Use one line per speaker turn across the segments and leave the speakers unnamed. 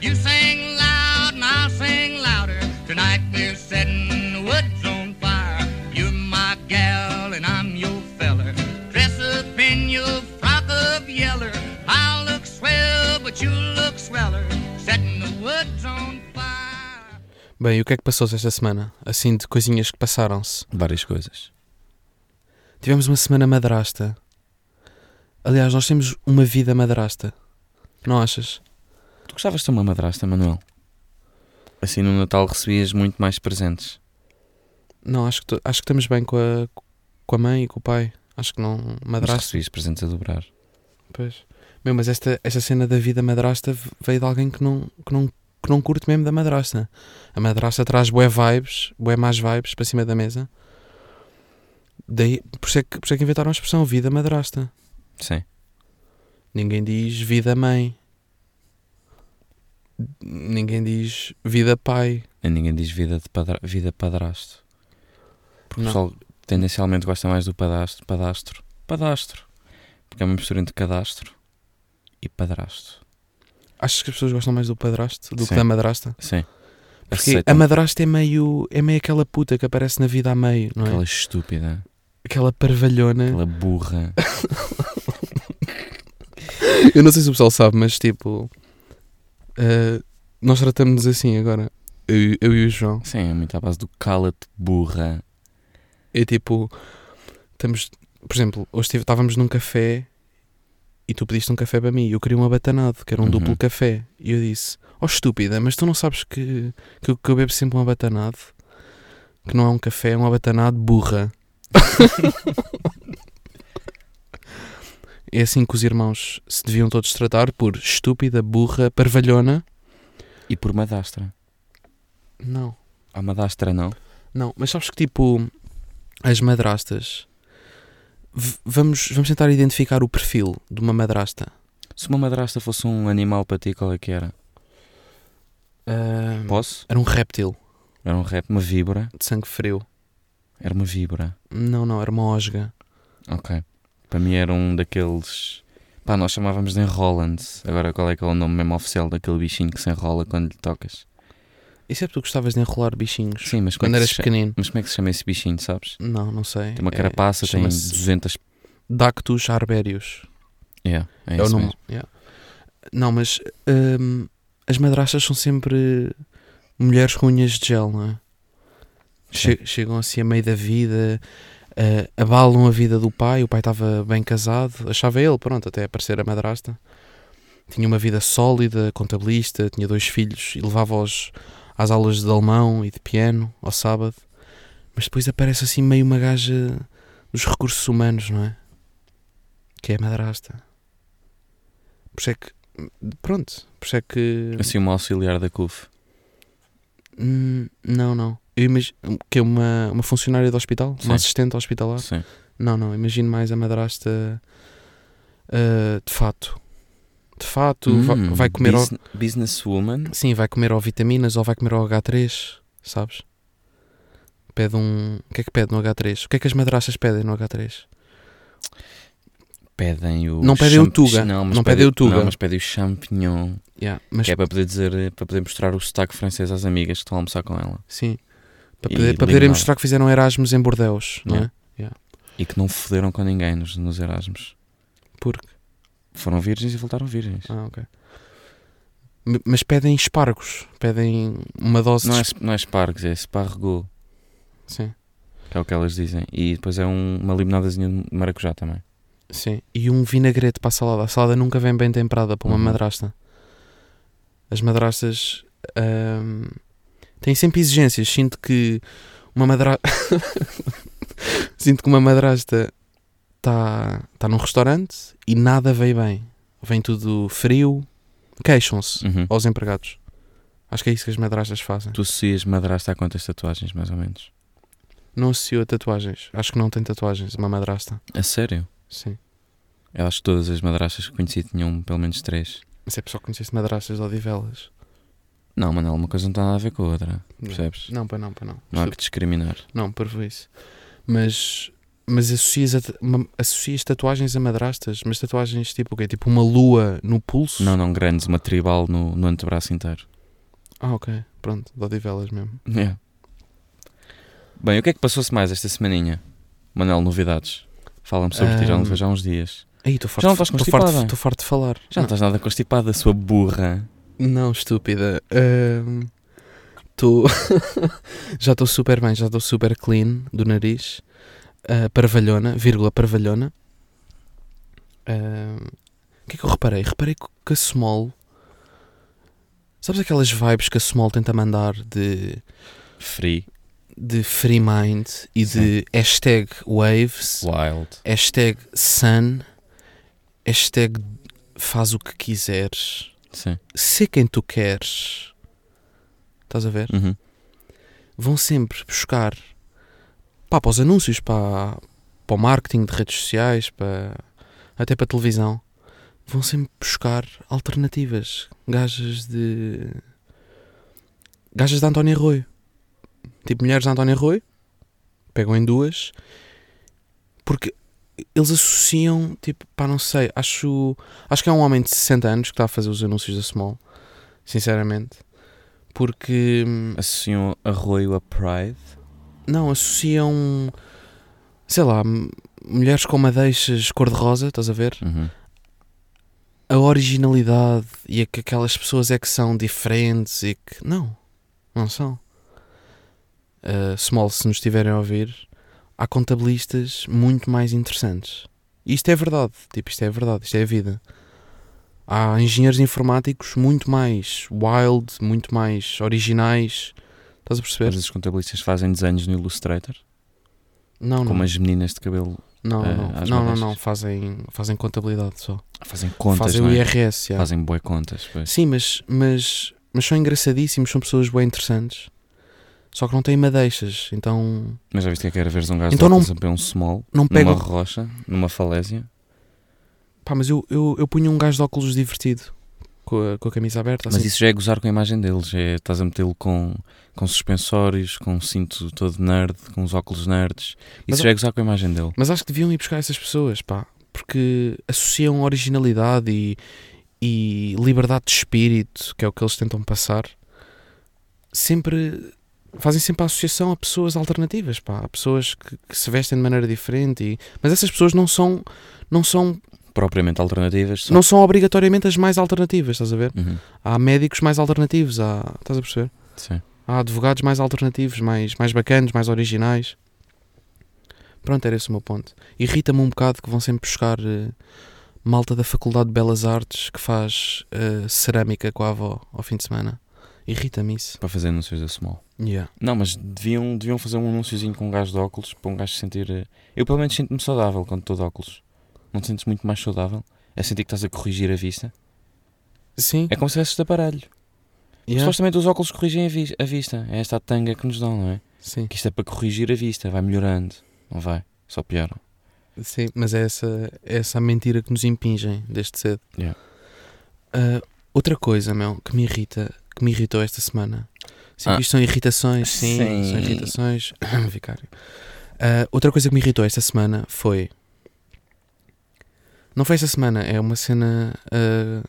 You sing loud and I'll sing louder. Tonight we're setting the woods on fire. You're my gal and I'm your feller. Dress up in your frock of yeller. I'll look swell, but you look sweller. Setting the woods on fire.
Bem, e o que é que passou-se esta semana? Assim, de coisinhas que passaram-se.
Várias coisas.
Tivemos uma semana madrasta. Aliás, nós temos uma vida madrasta. Não achas?
Tu gostavas de ter uma madrasta, Manuel? Assim no Natal recebias muito mais presentes.
Não, acho que, to- acho que estamos bem com a, com a mãe e com o pai. Acho que não.
Mas
Madrasta,
recebias presentes a dobrar.
pois. Meu, mas esta, esta cena da vida madrasta v- veio de alguém que não, que, não, que não curte mesmo da madrasta. A madrasta traz bué vibes, bué más vibes para cima da mesa. Daí, por isso é que, por isso é que inventaram a expressão vida madrasta.
Sim.
Ninguém diz vida mãe. Ninguém diz vida pai.
E ninguém diz vida de padra... vida padrasto. Porque
Não.
o pessoal tendencialmente gosta mais do padastro. Padastro. Padastro. Porque é uma mistura entre cadastro e padrasto.
Achas que as pessoas gostam mais do padrasto do que
Sim.
da madrasta?
Sim.
Porque a madrasta é meio, é meio aquela puta que aparece na vida a meio, não é?
Aquela
Aquela,
estúpida.
parvalhona.
Aquela burra.
Eu não sei se o pessoal sabe, mas tipo. eh, nós tratamos-nos assim agora. Eu, eu e o João.
Sim, é muito à base do cala-te burra.
É tipo. Estamos. Por exemplo, hoje estive- estávamos num café e tu pediste um café para mim. e Eu queria um abatanado, que era um
Uhum.
duplo café. E eu disse: Oh estúpida, mas tu não sabes que, que, eu- que eu bebo sempre um abatanado? Que não é um café, é um abatanado burra. é assim que os irmãos se deviam todos tratar por estúpida, burra, parvalhona.
E por madastra.
Não.
A madastra não.
Não, mas sabes que tipo as madrastas v- vamos, vamos tentar identificar o perfil de uma madrasta.
Se uma madrasta fosse um animal para ti, qual é que era? Posso?
Era um réptil
Era um rap, uma víbora.
de sangue frio.
Era uma víbora.
Não, não, era uma osga.
Ok. Para mim era um daqueles. Pá, nós chamávamos de enroland. Agora qual é que é o nome mesmo oficial daquele bichinho que se enrola quando lhe tocas?
Isso é porque tu gostavas de enrolar bichinhos
Sim, mas como
quando
é que
eras
se cha-
pequenino.
Mas como é que se chama esse bichinho, sabes?
Não, não sei.
Tem uma carapaça, tem
chama-se
200.
Dactus arbéreos.
Yeah, é,
É o
isso
nome.
mesmo.
Yeah. Não, mas hum, as madrastas são sempre mulheres com unhas de gel, não é? Che- chegam assim a meio da vida, eh, abalam a vida do pai. O pai estava bem casado, achava ele, pronto, até aparecer a madrasta. Tinha uma vida sólida, contabilista, tinha dois filhos e levava-os às aulas de alemão e de piano ao sábado. Mas depois aparece assim meio uma gaja dos recursos humanos, não é? Que é a madrasta. Por isso é que. Pronto, por isso é que.
Assim, uma auxiliar da CUF.
Hum, não, não. Eu imagino que é uma, uma funcionária do hospital,
Sim.
uma assistente hospitalar.
Sim.
Não, não, imagino mais a madrasta ah, de fato. De fato, va- vai,
Hum,
comer ao,
bus- Businesswoman.
sim, vai comer ao vitaminas ou vai comer ao H3, sabes? Pede um. O que é que pede no H3? O que é que as madrastas pedem no H3?
Pedem o.
Não pedem o
champ-
tuga.
Não, mas
Não pedem o tuga.
Não, mas pedem o champignon.
Yeah, mas
Que é para poder dizer, para poder mostrar o sotaque francês às amigas que estão a almoçar com ela.
sim. Para,
E
poder, para poderem
limonada.
mostrar que fizeram Erasmus em Bordeus, não
Yeah.
é?
E que não foderam com ninguém nos, nos Erasmus.
Porque.
Foram virgens e voltaram virgens.
Ah, ok. M- Mas pedem espargos, pedem uma dose
Não,
de
é, sp- não é espargos, é esparregou.
Sim,
Que é o que elas dizem. E depois é um- uma limonadazinha de maracujá também.
sim. E um vinagrete para a salada. A salada nunca vem bem temperada para uma
Uhum.
madrasta. As madrastas ahm, têm sempre exigências. Sinto que uma madrasta. Sinto que uma madrasta está tá num restaurante e nada veio bem. Vem tudo frio. Queixam-se
Uhum.
aos empregados. Acho que é isso que as madrastas fazem.
Tu associas madrasta a quantas tatuagens, mais ou menos?
Não associo a tatuagens. Acho que não tem tatuagens uma madrasta.
A sério?
Sim.
Eu acho que todas as madrastas que conheci tinham pelo menos três.
Mas é pessoal que conheceste madrastas de Odivelas.
Não, Manel, uma coisa não tem nada a ver com a outra. Percebes?
Não, para não, para não.
Não há que discriminar.
Não, por isso. Mas Mas associas, a- ma- associas tatuagens a madrastas, mas tatuagens tipo o quê? Tipo uma lua no pulso?
Não, não grandes, uma tribal no, no antebraço inteiro.
Ah, ok. Pronto, dodivelas mesmo.
É. Bem, o que é que passou-se mais esta semaninha? Manel, novidades? Fala-me sobre ti, já não te
Ahm,
vejo há uns dias.
Aí, estou
Já
farto,
não estás
estou farto,
constipada?
estou farto de falar.
Já não
é? não,
estás nada constipada, sua burra.
não, estúpida. Ahm, tô- já estou super bem, já estou super clean do nariz. Ah, parvalhona, vírgula parvalhona. Ahm, o que é que eu reparei? Reparei que- que a Small... Sabes aquelas vibes que a Small tenta mandar de...
Free,
de free mind e de hashtag waves,
wild.
hashtag sun, hashtag faz o que quiseres,
Sim.
ser quem tu queres. Estás a ver?
Uhum.
Vão sempre buscar pá, para os anúncios, para, para o marketing de redes sociais, para, até para a televisão. Vão sempre buscar alternativas. Gajas de. Gajas de António Arroio. Tipo, mulheres de António Arroio. Pegam em duas. Porque eles associam, tipo, pá, não sei. Acho, acho que é um homem de 60 anos que está a fazer os anúncios da Small. Sinceramente. Porque. hum,
Associam arroio a pride.
não, associam. Sei lá, m- mulheres com madeixas cor-de-rosa, estás a ver?
Uhum.
A originalidade e a que aquelas pessoas é que são diferentes e que. Não, não são. Ah, small, se nos estiverem a ouvir, há contabilistas muito mais interessantes. E Isto é verdade, tipo, isto é verdade, isto é a vida. Há engenheiros informáticos muito mais wild, muito mais originais. Estás a
Às
perceber?
vezes os contabilistas fazem desenhos no Illustrator,
Não,
com
não.
umas meninas de cabelo.
Não,
eh,
não,
às
não, não,
madeixas.
não, fazem, fazem contabilidade só.
Fazem contas,
fazem
não
o
é?
IRS, já.
Fazem boi contas, pois.
Sim, mas, mas, mas são engraçadíssimos, são pessoas bem interessantes. Só que não têm madeixas, então
Mas já viste que é que era veres um gajo
Então
de
não-
óculos a beber um small,
não
numa
pegam.
rocha, numa falésia?
Pá, mas eu, eu, eu punho um gajo de óculos divertido com a, com a camisa aberta.
Mas
assim.
isso já é gozar com a imagem deles, é, estás a metê-lo com, com suspensórios, com um cinto todo nerd, com os óculos nerds. Isso
Mas-
já é gozar com a imagem dele.
Mas acho que deviam ir buscar essas pessoas, pá, porque associam originalidade e, e liberdade de espírito, que é o que eles tentam passar, sempre fazem sempre a associação a pessoas alternativas, pá, a pessoas que, que se vestem de maneira diferente, e- mas essas pessoas não são não são
Propriamente alternativas. Só...
não são obrigatoriamente as mais alternativas, estás a ver?
Uhum,
Há médicos mais alternativos, há, estás a perceber?
sim.
Há advogados mais alternativos, mais, mais bacanos, mais originais. Pronto, era esse o meu ponto. Irrita-me um bocado que vão sempre buscar eh, malta da Faculdade de Belas Artes que faz eh, cerâmica com a avó ao fim de semana. Irrita-me isso.
Para fazer anúncios da small.
Yeah.
Não, mas deviam, deviam fazer um anúnciozinho com um gajo de óculos para um gajo se sentir. eh, Eu pelo menos sinto-me saudável quando estou de óculos. Não te sentes muito mais saudável? É sentir que estás a corrigir a vista?
Sim,
É como se tivesses de aparelho.
yeah.
Supostamente os óculos corrigem a, vis- a vista. É esta a tanga que nos dão, não é?
sim,
Que isto é para corrigir a vista, vai melhorando. Não vai, só piora.
sim, mas é essa, é essa a mentira que nos impingem desde cedo.
Yeah.
Ah, outra coisa, meu, que me irrita, que me irritou esta semana. Sim,
Ah.
isto são irritações, sim,
Sim.
são irritações. Vicário. Ah, outra coisa que me irritou esta semana foi. Não foi esta semana, é uma cena ah,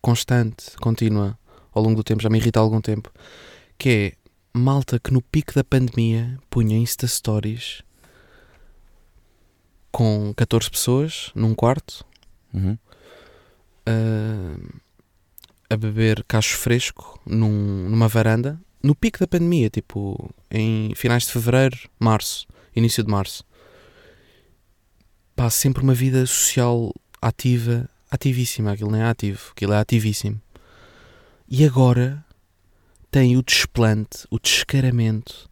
constante, contínua, ao longo do tempo, já me irrita há algum tempo. Que é malta que no pico da pandemia punha Insta Stories com 14 pessoas num quarto
Uhum.
ah, a beber cacho fresco num- numa varanda, no pico da pandemia, tipo em finais de fevereiro, março, início de março. Pá, sempre uma vida social ativa, ativíssima. Aquilo não é ativo, aquilo é ativíssimo. E agora tem o desplante, o descaramento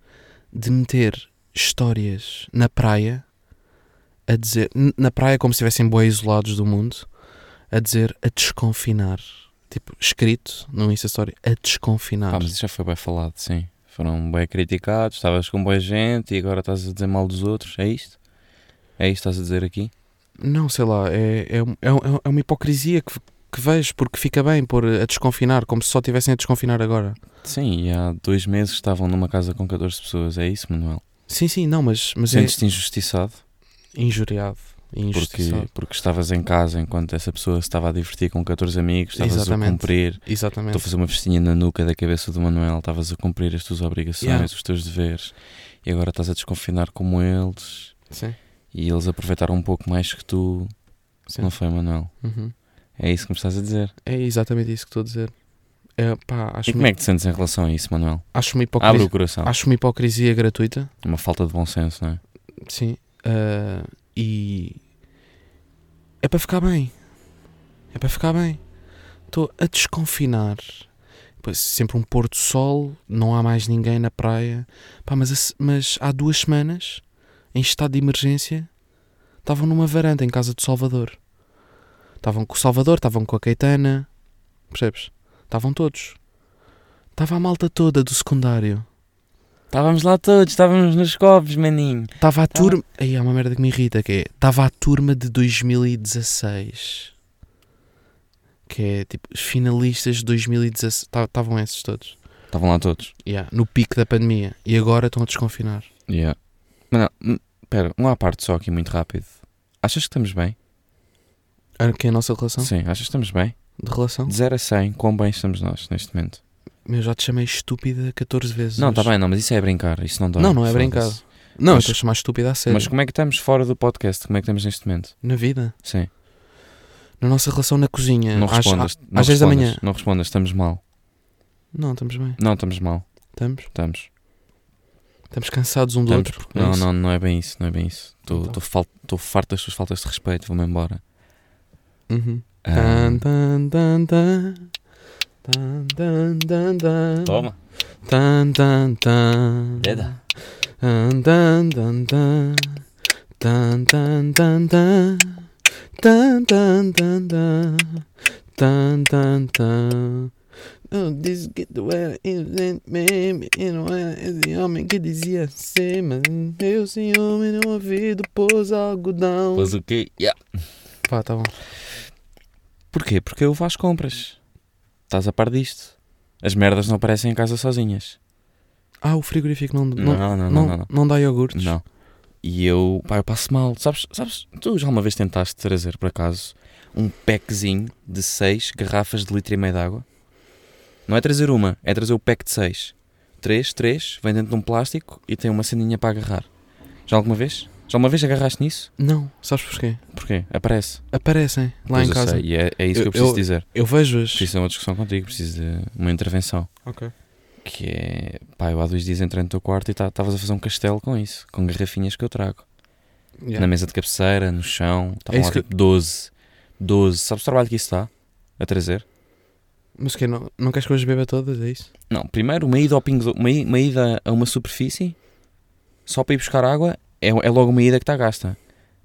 de meter histórias na praia a dizer, n- na praia como se estivessem boi isolados do mundo, a dizer a desconfinar. Tipo, escrito no Insta Story, a desconfinar.
Pá, Ah, mas isso já foi bem falado, sim. Foram bem criticados, estavas com boa gente e agora estás a dizer mal dos outros. É isto? É isto que estás a dizer aqui?
Não, sei lá, é, é, um- é, um- é uma hipocrisia que, que vejo, porque fica bem pôr a desconfinar, como se só estivessem a desconfinar agora.
Sim, e há dois meses estavam numa casa com 14 pessoas. É isso, Manuel?
Sim, sim, não, mas, mas é,
Sentes-te injustiçado?
injuriado e
Porque,
injustiçado.
porque estavas em casa enquanto essa pessoa se estava a divertir com 14 amigos, estavas
Exatamente.
a cumprir. Estou a
Exatamente.
fazer uma festinha na nuca da cabeça do Manuel, estavas a cumprir as tuas obrigações,
Yeah.
os teus deveres, e agora estás a desconfinar como eles,
Sim,
e eles aproveitaram um pouco mais que tu.
sim.
Não foi, Manuel?
Uhum.
É isso que me estás a dizer.
É exatamente isso que estou a dizer. É, pá, acho,
e como
uma,
é que te sentes em relação a isso, Manuel?
acho, uma
Abre
hipocrisia,
o coração.
acho uma hipocrisia gratuita.
Uma falta de bom senso, não é?
Sim. ah, e é para ficar bem. É para ficar bem. Estou a desconfinar. Pois, sempre um pôr do sol, não há mais ninguém na praia. Pá, mas, a se- mas há duas semanas, em estado de emergência, estavam numa varanda em casa do Salvador. Estavam com o Salvador, estavam com a Caetana. Percebes? Estavam todos. Estava a malta toda do secundário.
Estávamos lá todos, estávamos nos copos, maninho.
Estava a
Tava-
turma. Aí há uma merda que me irrita, que é. Estava a turma de 2016. Que é tipo, os finalistas de 2016. Estavam tá-, esses todos.
Estavam lá todos.
Yeah, no pico da pandemia. E agora estão a desconfinar.
Yeah. Manuel, hum, pera, um à parte só aqui muito rápido. Achas que estamos bem?
Ah, Que é a nossa relação?
Sim, achas que estamos bem?
De relação?
De 0 a 100, quão bem estamos nós neste momento?
Eu já te chamei estúpida 14 vezes.
Não, está
hoje.
bem, não, mas isso é brincar, isso não dói.
Não, não é
foda-se.
brincar. Não,
Mas-
eu estou a chamar estúpida a sério.
Mas como é que estamos fora do podcast? Como é que estamos neste momento?
Na vida.
Sim,
Na nossa relação na cozinha.
não
É, Às-
respondas. não
às seis da
respondas,
manhã.
Não respondas, estamos mal.
à- Não, estamos bem.
Não, estamos mal.
Estamos.
Estamos.
Estamos cansados um do
Estamos,
outro. é
Não,
isso?
não, não é bem isso, não é bem isso. Estou
Então.
farto das tuas faltas de respeito, vou-me embora.
Uhum.
Ah,
Tan, tan, tan, tan. Tan, tan, tan, tan.
Toma.
Tan, tan, tan.
Deda.
Tan, tan, tan, tan. Tan, tan, tan, tan. Tan, tan, tan, tan. Tan, tan, tan. Oh, this get the way it ain't me, you know, é esse homem que dizia ser, mas eu sem homem não ouvido pôs algodão.
Pois o quê? Yeah.
Pá, tá bom.
Porquê? Porque eu vou às compras. Estás a par disto. As merdas não aparecem em casa sozinhas.
Ah, o frigorífico não, não,
não, não,
não,
não, não. não.
não dá iogurtes?
Não. E eu, pá, eu passo mal. Sabes, sabes, tu já uma vez tentaste trazer, por acaso, um packzinho de 6 garrafas de litro e meio de água? Não é trazer uma, é trazer o pack de 6. 3, 3, vem dentro de um plástico e tem uma ceninha para agarrar. Já alguma vez? Já alguma vez agarraste nisso?
Não, sabes porquê?
Porquê? Aparece.
Aparecem lá
Pois
em
eu
casa.
sei, E é, é isso que
Eu-
eu preciso
eu-
dizer.
Eu vejo-as.
Preciso de uma discussão contigo, preciso de uma intervenção.
Ok.
Que é, pá, eu há dois dias entrei no teu quarto e estavas a fazer um castelo com isso, com garrafinhas que eu trago. na mesa de cabeceira, no chão, estavam
É isso
lá
que-
tipo 12. 12. Sabes o trabalho que isso dá? A trazer?
Mas o quê? Não, não queres que eu as beba todas? É isso?
Não, primeiro uma ida, ao pingo, do- uma, i- uma ida a uma superfície só para ir buscar água é, é logo uma ida que está gasta.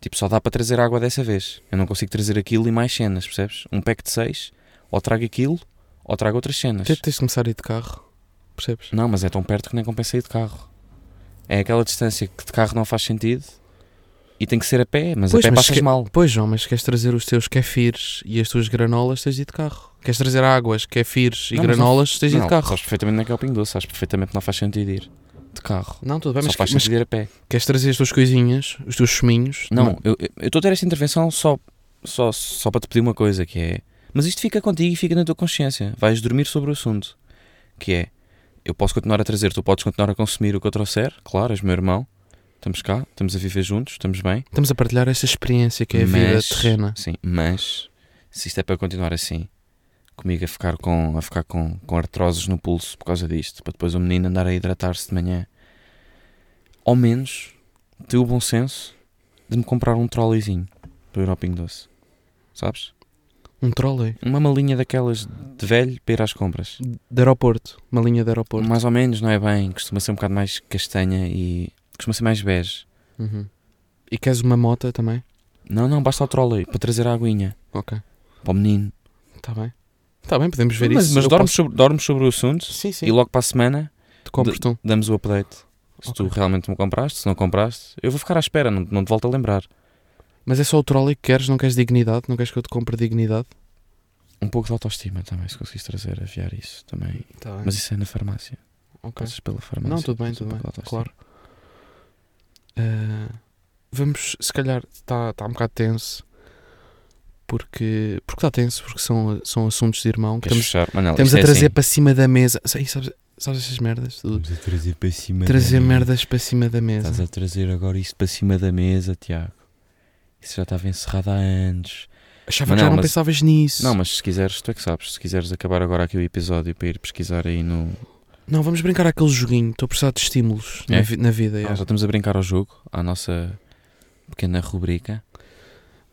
Tipo, só dá para trazer água dessa vez. Eu não consigo trazer aquilo e mais cenas, percebes? Um pack de 6, ou trago aquilo, ou trago outras cenas.
Tens, tens de começar a ir de carro. Percebes?
Não, mas é tão perto que nem compensa ir de carro. É aquela distância que de carro não faz sentido e tem que ser a pé, mas
Pois,
a pé
mas
passas
que-
mal.
Pois, João, mas queres trazer os teus kefires e as tuas granolas, tens de ir de carro. Queres trazer águas, kefires e
Não, mas
granolas, tens de ir
não,
de carro.
Sabes perfeitamente onde é que é o Pingo Doce, sabes perfeitamente que não faz sentido ir de carro.
Não, tudo bem,
só
mas,
faz
mas
sentido ir a pé.
queres trazer as tuas coisinhas, os teus chuminhos.
Não, eu eu- eu estou a ter esta intervenção só, só, só para te pedir uma coisa, que é... Mas isto fica contigo e fica na tua consciência. Vais dormir sobre o assunto. Que é, eu posso continuar a trazer, tu podes continuar a consumir o que eu trouxer. Claro, és meu irmão. Estamos cá, estamos a viver juntos, estamos bem.
Estamos a partilhar essa experiência que é a vida
Mas-
terrena.
Sim, mas se isto é para continuar assim, comigo a ficar com, a ficar com, com artroses no pulso por causa disto, para depois o menino andar a hidratar-se de manhã, ao menos ter o bom senso de me comprar um trolleyzinho para ir ao Pingo Doce. Sabes?
Um trolley.
Uma malinha daquelas de velho para ir às compras.
De aeroporto. Uma linha de aeroporto.
Mais ou menos, não é bem? Costuma ser um bocado mais castanha e costuma ser mais bege.
Uhum. E queres uma mota também?
Não, não, basta o trolley para trazer a aguinha
Ok.
para o menino.
Está Tá bem. Está bem, podemos ver
mas
isso.
mas
Eu
dormes, sobre, dormes sobre o assunto
posso- Sim, sim.
e logo para a semana
Tu compras tu.
damos o update. Se tu
Ok.
realmente me compraste, se não compraste, eu vou ficar à espera, não, não te volto a lembrar.
Mas é só o trolley que queres, não queres dignidade? Não queres que eu te compre dignidade?
Um pouco de autoestima também, se conseguiste trazer, aviar isso também.
Está Tá bem.
Mas isso é na farmácia. Passas pela farmácia.
Não, Hum. tudo bem,
tens um
tudo bem.
pouco de autoestima.
Claro. Ah, vamos, se calhar, está tá um bocado tenso. Porque porque está tenso, porque são, são assuntos de irmão. que
Queres
Estamos,
fechar? Manel,
estamos
isto
a
é
trazer
assim.
para cima da mesa. Sei, sabes, sabes essas merdas? Do-
Estamos a trazer para cima
trazer
da mesa.
merdas para cima da mesa.
Estás a trazer agora isto para cima da mesa, Tiago. Isso já estava encerrado há anos.
Achava
Mas
que já
não,
não
mas-
pensavas nisso.
Não, mas se quiseres, tu é que sabes. Se quiseres acabar agora aqui o episódio para ir pesquisar aí no.
Não, vamos brincar aquele joguinho. Estou a precisar de estímulos
É?
na, vi- na vida.
Ah,
já.
já estamos a brincar ao jogo, à nossa pequena rubrica.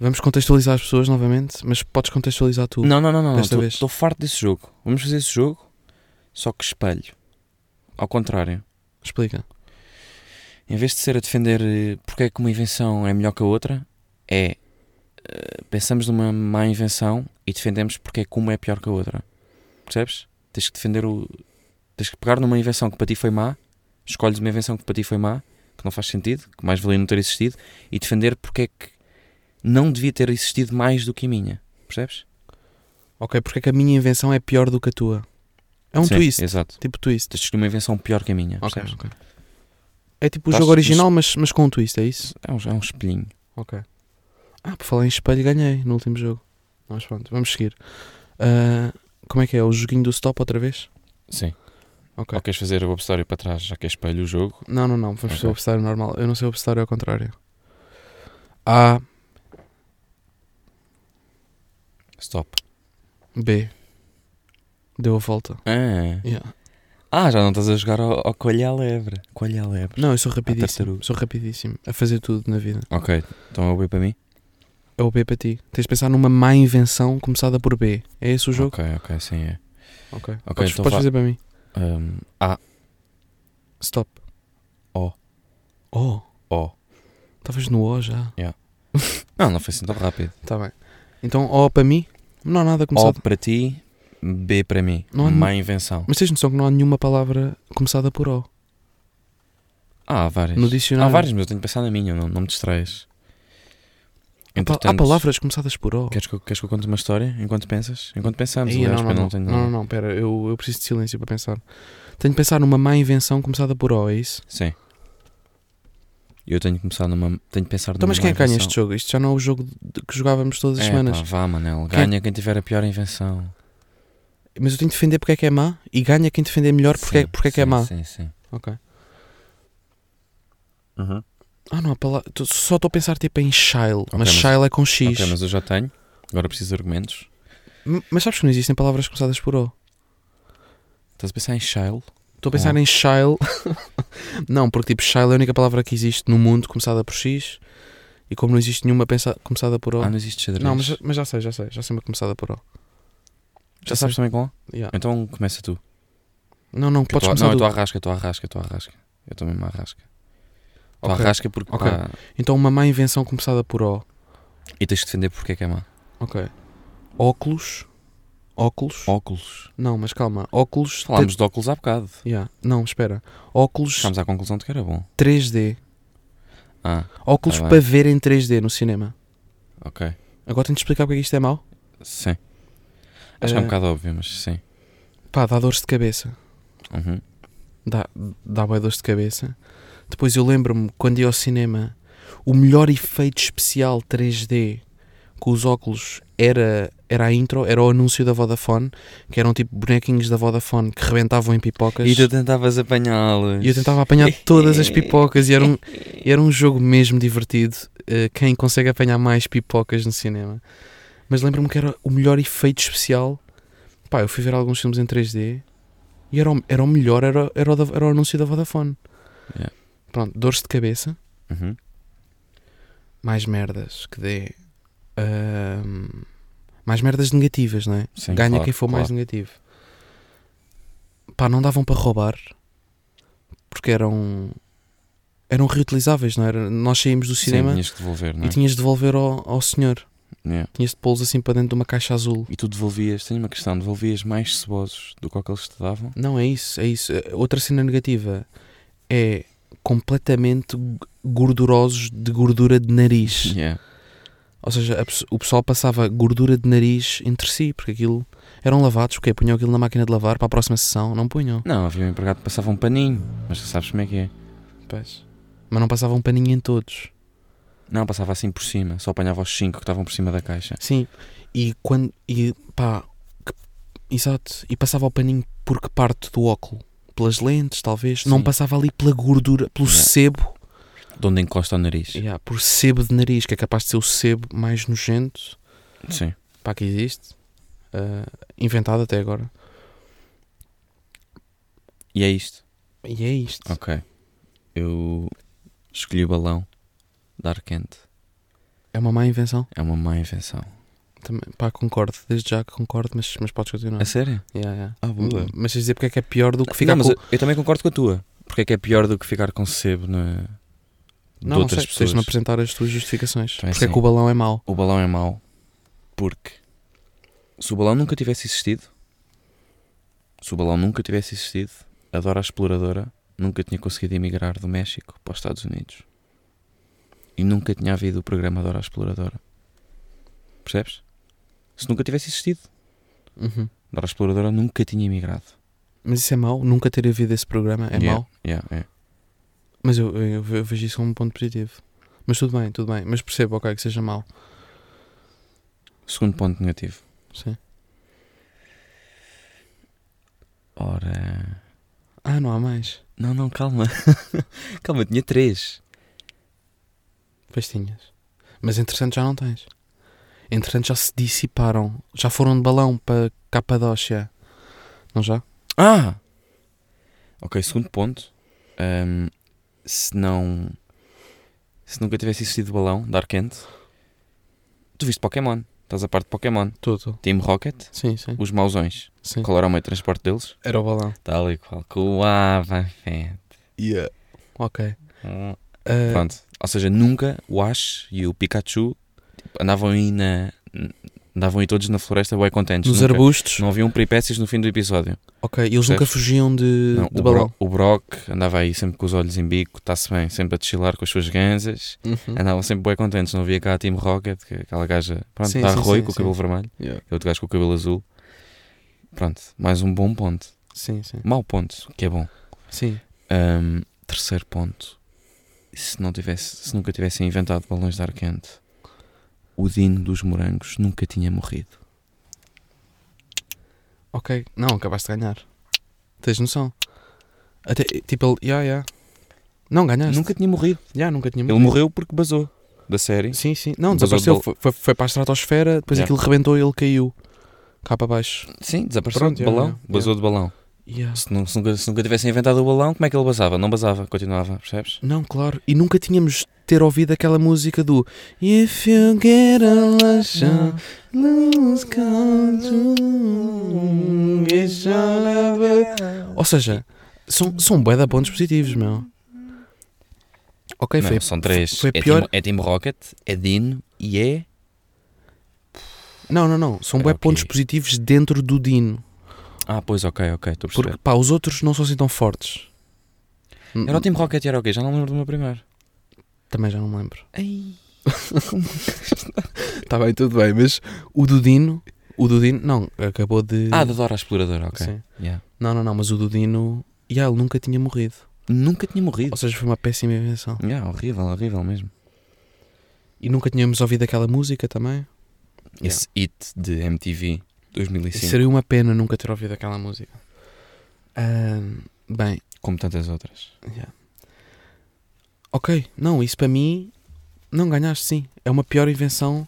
Vamos contextualizar as pessoas novamente, mas podes contextualizar tu.
Não, não, não, não.
Tipo, desta
Estou-
vez.
Estou farto desse jogo. Vamos fazer esse jogo, só que espelho. Ao contrário.
Explica.
Em vez de ser a defender eh, porque é que uma invenção é melhor que a outra, é. eh, Pensamos numa má invenção e defendemos porque é que uma é pior que a outra. Percebes? Tens que defender o. Tens que pegar numa invenção que para ti foi má, escolhes uma invenção que para ti foi má, que não faz sentido, que mais valia não ter existido, e defender porque é que não devia ter existido mais do que a minha. Percebes?
Ok, porque é que a minha invenção é pior do que a tua? É um
Sim,
twist.
Exato.
Tipo twist.
Tens de escolher uma invenção pior que a minha.
Ok,
percebes?
ok. É tipo o
Tás-
jogo original, mas, mas com um twist, é isso?
É, um, é um espelhinho.
Ok. Ah, por falar em espelho, ganhei no último jogo. Mas pronto, vamos seguir. Ah, como é que é? O joguinho do stop outra vez?
Sim.
Ok.
Ou queres fazer o obstáculo para trás, já que é espelho o jogo?
Não, não, não. Vamos fazer
Ok.
o obstáculo normal. Eu não sei o obstáculo ao contrário. A,
Stop.
B. Deu a volta.
Ah.
Yeah.
Ah, já não estás a jogar ao, ao Coelho à Lebre. Coelho à Lebre.
Não, eu sou
tartaruga.
rapidíssimo. Sou rapidíssimo. A fazer tudo na vida.
Ok, então é o B para mim?
É o B para ti. Tens de pensar numa má invenção começada por B. É esse o jogo?
Ok, ok, sim é.
Ok.
Ok,
podes
então
podes
vá.
fazer para mim.
Ahm, a,
Stop.
O.
Oh.
O.
Estavas no O já.
Não, não foi assim tão rápido.
Está bem. Então, O para mim, não há nada começado.
O para ti, B para mim.
Não há
Má invenção.
Mas tens noção que não há nenhuma palavra começada por O
Ah, há várias.
no
Há
dicionário.
várias, mas eu tenho que pensar na minha, não, não me distraias.
Há pa- Há palavras começadas por O.
Queres que, eu- queres que eu conte uma história enquanto pensas? Enquanto pensamos,
Ih,
aliás,
não,
porque
não,
eu
não,
tenho
não, não, não, pera, eu, eu preciso de silêncio para pensar. Tenho de pensar numa má invenção começada por O, é isso?
Sim. Eu tenho que começar numa. Tenho que pensar
Então,
numa
mas quem é
má
que ganha
invenção.
este jogo? Isto já não é o jogo de- que jogávamos todas as
É,
semanas.
pá, vá, Manel.
Quem- é
Ganha quem tiver a pior invenção.
Mas eu tenho de defender porque é que é má e ganha quem defender melhor porque, é,
Sim,
porque é que é
sim,
má.
Sim, sim.
Ok.
Uhum.
Ah, não, há palavra. tô- Só estou a pensar tipo em Shile, mas
mas-
Shile é com X.
Ok, mas eu já tenho. Agora preciso de argumentos.
M- Mas sabes que não existem palavras começadas por O?
Estás a pensar em Shile?
Estou a
Uhum.
pensar em Shile. não, porque tipo, Shile é a única palavra que existe no mundo começada por X. E como não existe nenhuma pensa- começada por O.
Ah, não existe xadrez.
não, mas, mas já sei, já sei. Já sei uma começada por O.
já sabes também qual?
Yeah.
Então começa tu.
Não, não,
Que eu
podes
tô-
começar
Tipo, não, é eu
tu.
estou à rasca, estou à rasca, estou à rasca. Eu estou mesmo à rasca. Estou à
Ok.
rasca porque
Ok.
pá,
Então uma má invenção começada por O.
E tens de defender porque é que é má.
Ok. Óculos. Óculos.
Óculos.
Não, mas calma. Óculos.
Falámos de óculos há bocado.
Yeah. Não, espera. Óculos
Chegámos à conclusão de que era bom.
3D.
Ah,
Óculos
Tá bem.
para ver em 3D no cinema.
ok.
Agora tenho de explicar porque é que isto é mau?
Sim. Acho que é um
Eh,
bocado óbvio, mas sim.
Pá, dá dores de cabeça.
Uhum.
Dá, dá bué dores de cabeça. Depois eu lembro-me, quando ia ao cinema, o melhor efeito especial 3D com os óculos era, era a intro, era o anúncio da Vodafone, que eram tipo bonequinhos da Vodafone que rebentavam em pipocas.
E tu tentavas apanhá-los.
E eu tentava apanhar todas as pipocas e era um, e era um jogo mesmo divertido. eh, quem consegue apanhar mais pipocas no cinema. Mas lembro-me que era o melhor efeito especial. Pá, eu fui ver alguns filmes em 3D e era o, era o melhor, era, era, o da- era o anúncio da Vodafone.
Yeah.
Pronto, dores de cabeça,
Uhum.
mais merdas que dê. ahm, mais merdas negativas, não é?
Sim,
Ganha
claro,
quem for mais
claro.
negativo. Pá, não davam para roubar porque eram eram reutilizáveis, não é? era? Nós saímos do cinema
Sim, tinhas que devolver, não é?
e tinhas de devolver ao, ao senhor.
Yeah.
Tinhas de pô-los assim para dentro de uma caixa azul.
E tu devolvias, tenho uma questão, devolvias mais cebosos do que aqueles que te davam?
Não, é isso, é isso. Eh, Outra cena negativa é completamente g- gordurosos de gordura de nariz.
Yeah.
Ou seja, a pesso- o pessoal passava gordura de nariz entre si, porque aquilo eram lavados, o quê? Punham aquilo na máquina de lavar para a próxima sessão? Não punham.
Não, havia um empregado que passava um paninho, mas tu sabes como é que é.
Mas não passavam paninho em todos.
Não, passava assim por cima, só apanhava os 5 que estavam por cima da caixa.
Sim. E quando. E pá. que- exato. E passava o paninho por que parte do óculo? Pelas lentes, talvez. Não
Sim.
passava ali pela gordura, pelo
Yeah.
sebo.
De onde encosta o nariz.
Yeah, por sebo de nariz, que é capaz de ser o sebo mais nojento.
Sim.
Pá, que existe. ah, inventado até agora.
E é isto.
E é isto.
Ok. Eu escolhi o balão de ar quente.
É uma má invenção.
É uma má invenção.
Também, pá, concordo. Desde já que concordo, mas, mas podes continuar.
A sério?
É assim, Yeah, yeah.
Ah, boa.
Mas queres dizer porque é que é pior do que ficar
não, mas
com...
eu, eu também concordo com a tua. Porque é que é pior do que ficar com sebo na... de
Não, não
outras
sei, tens
pessoas?
de me apresentar as tuas justificações.
Também
porque é
sim.
que o balão é mau.
O balão é mau porque se o balão nunca tivesse existido, se o balão nunca tivesse existido, a Dora Exploradora nunca tinha conseguido emigrar do México para os Estados Unidos. E nunca tinha havido o programa Dora Exploradora. Percebes? Se nunca tivesse existido,
Uhum.
Dora Exploradora nunca tinha emigrado.
Mas isso é mau? Nunca ter havido esse programa é
Yeah,
mau?
yeah, é.
Mas eu, eu, ve- eu vejo isso como um ponto positivo. Mas tudo bem, tudo bem. Mas percebo, ok, que seja mau.
Segundo ponto negativo.
Sim.
Ora.
Ah, não há mais.
Não, não, calma. calma, eu tinha três.
Festinhas. Mas entretanto já não tens. Entretanto já se dissiparam. Já foram de balão para Capadócia. Não já?
Ah! Ok, segundo ponto. Ahm, se não. Se nunca tivesse existido o balão, dar quente. Tu viste Pokémon. Estás a parte de Pokémon.
Tudo.
Team Rocket,
Sim, sim.
os mausões.
sim.
Qual era o meio de transporte deles?
Era o balão.
Tal e qual. Coava, fé.
Ok.
Hum.
Ah,
Pronto. Ou seja, nunca o Ash e o Pikachu tipo, andavam aí na. Andavam aí todos na floresta bem contentes.
nos
Nunca-
arbustos.
Não haviam peripécias no fim do episódio.
Ok. Eles nunca
Percebes?
fugiam de,
Não,
de
o,
balão.
Bro- o Brock andava aí sempre com os olhos em bico, está-se bem, sempre a deschilar com as suas ganzas.
Uhum.
Andavam sempre bem contentes. Não havia cá a Team Rocket, que é aquela gaja pronto,
Sim,
da
sim,
Arroio
sim,
com o
sim.
cabelo vermelho, e outro gajo com o cabelo azul. Pronto, mais um bom ponto.
Sim, sim.
Mau ponto, que é bom.
Sim.
Ahm, terceiro ponto. Se, não tivesse, se nunca tivessem inventado balões de ar quente, o Dino dos Morangos nunca tinha morrido.
Ok. Não, acabaste de ganhar. Tens noção? Até, tipo, ele... Yeah, yeah. Não ganhaste.
Nunca tinha morrido.
Já, nunca tinha
Ele morreu porque basou da série.
Hum. Sim, sim. Não,
Mas ao
desapareceu.
bal-
Foi, foi, foi para a estratosfera, depois
Yeah.
aquilo rebentou e ele caiu cá para baixo.
Sim, desapareceu
Pronto,
de
já,
balão.
já, já.
Basou de balão. Se, nu- se nunca, se nunca tivessem inventado o balão, como é que ele basava? Não basava, continuava, percebes?
Não, claro. E nunca tínhamos de ter ouvido aquela música do If you get a lacha, lose control, it's all over." Ou seja, são, são bué de pontos positivos, meu. Ok,
Não,
foi.
são três.
foi
é,
pior-
Team, é Team Rocket, é Dino e é.
Não, não, não. São bué
Ok.
pontos positivos dentro do Dino.
Ah, pois, ok, ok, estou a perceber.
Porque, pá, os outros não são assim tão fortes.
Era o Team Rocket e era o quê? Já não me lembro do meu primeiro.
Também já não me lembro.
Ai.
Está Tá bem, tudo bem, mas o Dudino, o Dudino, não, acabou de.
Ah, da Dora Exploradora, ok.
Sim.
Yeah.
Não, não, não, mas o Dudino, e ah, ele nunca tinha morrido.
Nunca tinha morrido.
Ou seja, foi uma péssima invenção.
Yeah, horrível, horrível mesmo.
E nunca tínhamos ouvido aquela música também.
Esse hit de MTV 2005,
Seria uma pena nunca ter ouvido aquela música. Ahn, bem,
como tantas outras.
yeah. ok, não, isso para mim, não ganhaste sim. É uma pior invenção,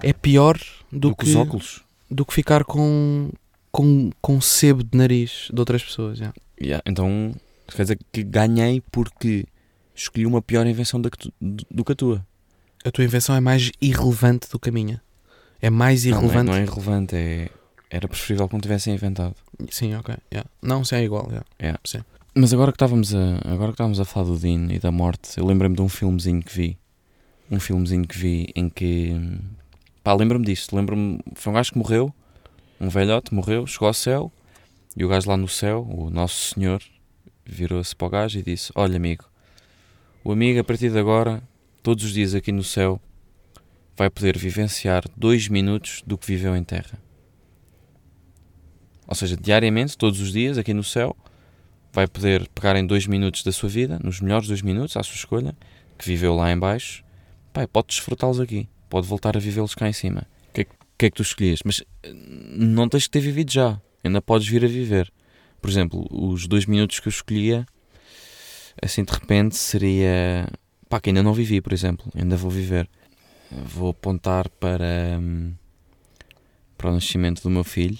é pior do,
Do que os óculos.
do que ficar com, com, com sebo de nariz de outras pessoas. yeah.
Yeah, Então, quer dizer que ganhei porque escolhi uma pior invenção da que tu- do do que a tua.
A tua invenção é mais irrelevante do que a minha. É mais
Não,
irrelevante.
Não, é, não é irrelevante, é- era preferível que não tivessem inventado.
Sim, ok. yeah. Não, sim, é igual. yeah.
Mas agora que estávamos a, agora que estávamos a falar do Dean e da morte, eu lembro-me de um filmezinho que vi. Um filmezinho que vi em que. hum, Pá, lembro-me disto. Lembro-me. Foi um gajo que morreu, um velhote morreu, chegou ao céu e o gajo lá no céu, o Nosso Senhor, virou-se para o gajo e disse: Olha, amigo, o amigo a partir de agora, todos os dias aqui no céu, vai poder vivenciar dois minutos do que viveu em terra. Ou seja, diariamente, todos os dias aqui no céu vai poder pegar em dois minutos da sua vida, nos melhores dois minutos, à sua escolha, que viveu lá em baixo, pai, pode desfrutá-los aqui, pode voltar a vivê-los cá em cima. O que, é, que- o que é que tu escolhias? Mas eh, não tens que ter vivido já, ainda podes vir a viver. Por exemplo, os dois minutos que eu escolhia, assim de repente, seria. pá, que ainda não vivi, por exemplo, ainda vou viver. Vou apontar para. hum, para o nascimento do meu filho,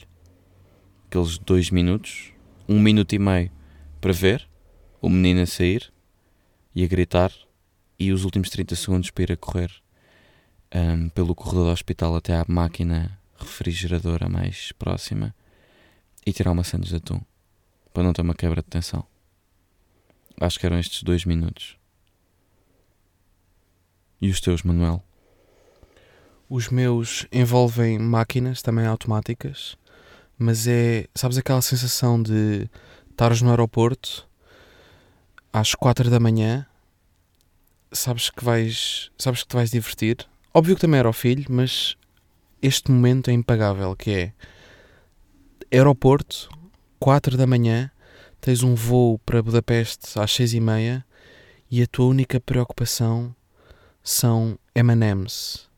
aqueles dois minutos, um minuto e meio para ver o menino a sair e a gritar e os últimos 30 segundos para ir a correr ahm, pelo corredor do hospital até à máquina refrigeradora mais próxima e tirar uma sandes de atum para não ter uma quebra de tensão. Acho que eram estes dois minutos. E os teus, Manuel?
Os meus envolvem máquinas também automáticas, mas é, sabes aquela sensação de estares no aeroporto às quatro da manhã, sabes que vais, sabes que te vais divertir. Óbvio que também era o filho, mas este momento é impagável, que é aeroporto, quatro da manhã, tens um voo para Budapeste às seis e meia e a tua única preocupação são M&M's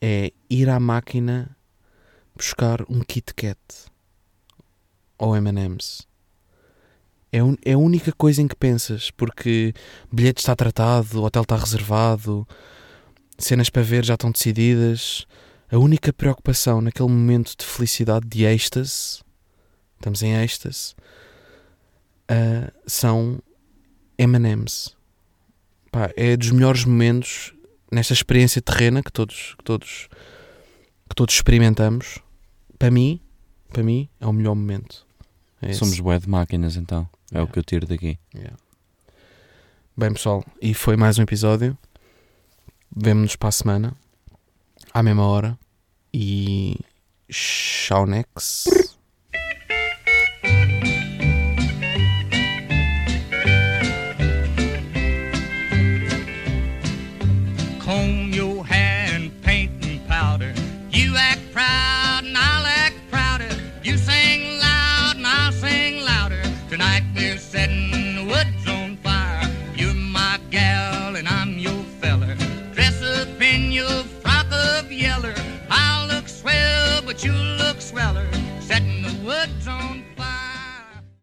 é ir à máquina buscar um Kit Kat ou M&M's. É, un- é a única coisa em que pensas, porque bilhete está tratado, o hotel está reservado, cenas para ver já estão decididas. A única preocupação naquele momento de felicidade, de êxtase, estamos em êxtase, ah, são M&M's. Pá, é dos melhores momentos nesta experiência terrena que todos que todos que todos experimentamos para mim para mim é o melhor momento É esse.
Somos bué de máquinas então. É o que eu tiro daqui.
Yeah. bem pessoal e foi mais um episódio vemo-nos para a semana à mesma hora e tchau next
comb your hair and paint and powder. You act